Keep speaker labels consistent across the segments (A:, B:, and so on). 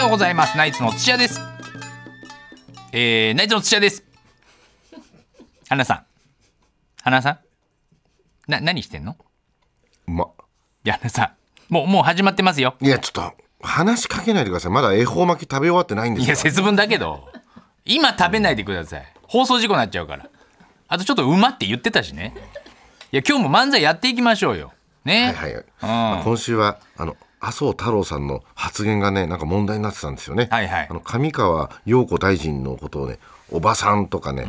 A: ようございますナイツの土屋ですえー、ナイツの土屋です花さん花さんな何してんの
B: うま
A: いや花さんもうもう始まってますよ
B: いやちょっと話しかけないでくださいまだ恵方巻き食べ終わってないんで
A: いや
B: すよ
A: 節分だけど今食べないでください放送事故になっちゃうからあとちょっと馬って言ってたしねいや今日も漫才やっていきましょうよね、
B: はいはい、まあ今週はあの麻生太郎さんの発言がねなんか問題になってたんですよね、
A: はいはい
B: あの上川陽子大臣のことをねおばさんとかね、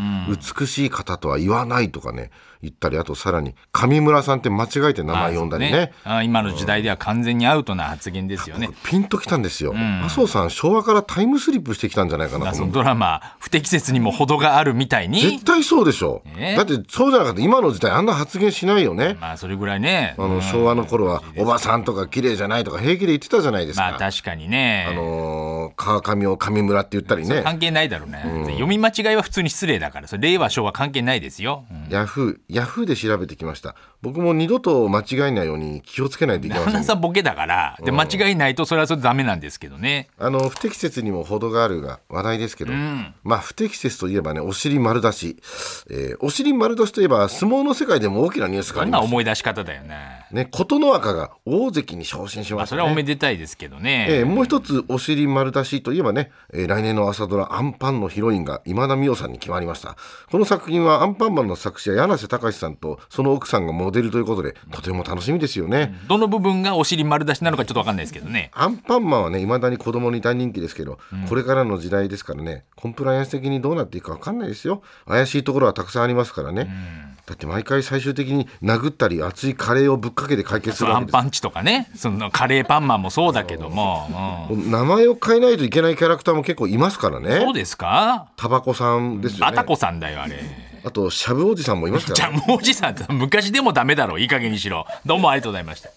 B: 美しい方とは言わないとかね言ったりあとさらに上村さんって間違えて名前呼んだりね
A: あ今の時代では完全にアウトな発言ですよね。
B: ピンときたんですよ、麻生さん昭和からタイムスリップしてきたんじゃない
A: だ
B: か
A: か
B: な
A: ら
B: と
A: そ
B: 思
A: の
B: う
A: ドラマ不適切にも程があるみたいに
B: 絶対そうでしょ、
A: ね
B: だってそうじゃなかったら今の時代あんな発言しないよね、
A: まあそれぐらいね
B: あの昭和の頃はおばさんとか綺麗じゃないとか平気で言ってたじゃないですか、
A: まあ確かにね、
B: あのー川上を上村って言ったりね
A: 関係ないだろうね、読み間違いは普通に失礼だからそれ令和昭和関係ないですよ。うん
B: ヤフーヤフーで調べてきました僕も二度と間違えないように気をつけないといけませ
A: 花
B: ん
A: さんボケだからで間違いないとそれはそれでダメなんですけどね。
B: あの不適切にも程があるが話題ですけど、まあ不適切といえばねお尻丸出し、えーお尻丸出しといえば相撲の世界でも大きなニュース
A: こ
B: があ
A: ん
B: り
A: な
B: ます
A: 思い出し方だよね。
B: ね琴ノ若が大関に昇進し
A: ま
B: ま
A: あ
B: し
A: そ
B: た
A: れはお
B: ね
A: めでたいですけどね。
B: えーもう一つお尻丸出しといえばね、えー来年の朝ドラ「アンパン」のヒロインが今田美桜さんに決まりましたこの作品はアンパンマンの作詞は柳瀬隆さんとその奥さんがモデルということでとても楽しみですよね、
A: どの部分がお尻丸出しなのかちょっとわかんないですけどね。
B: アンパンマンはねいまだに子供に大人気ですけど、これからの時代ですからねコンプライアンス的にどうなっていくか分かんないですよ怪しいところはたくさんありますからね、だって毎回最終的に殴ったり熱いカレーをぶっかけて解決する
A: ア
B: わけ
A: ン
B: です
A: パンチとかねそのカレーパンマンもそうだけども、
B: もう名前を変えないといけないキャラクターも結構いますから
A: うん、そう
B: ね
A: ですか
B: タバコさんですよ
A: バ
B: ね
A: タコさんだよあれ
B: あと、しゃぶおじさんもいますか
A: じゃ
B: ら、
A: あ
B: ね。
A: もうおじさん昔でもダメだろいい加減にしろどうもありがとうございました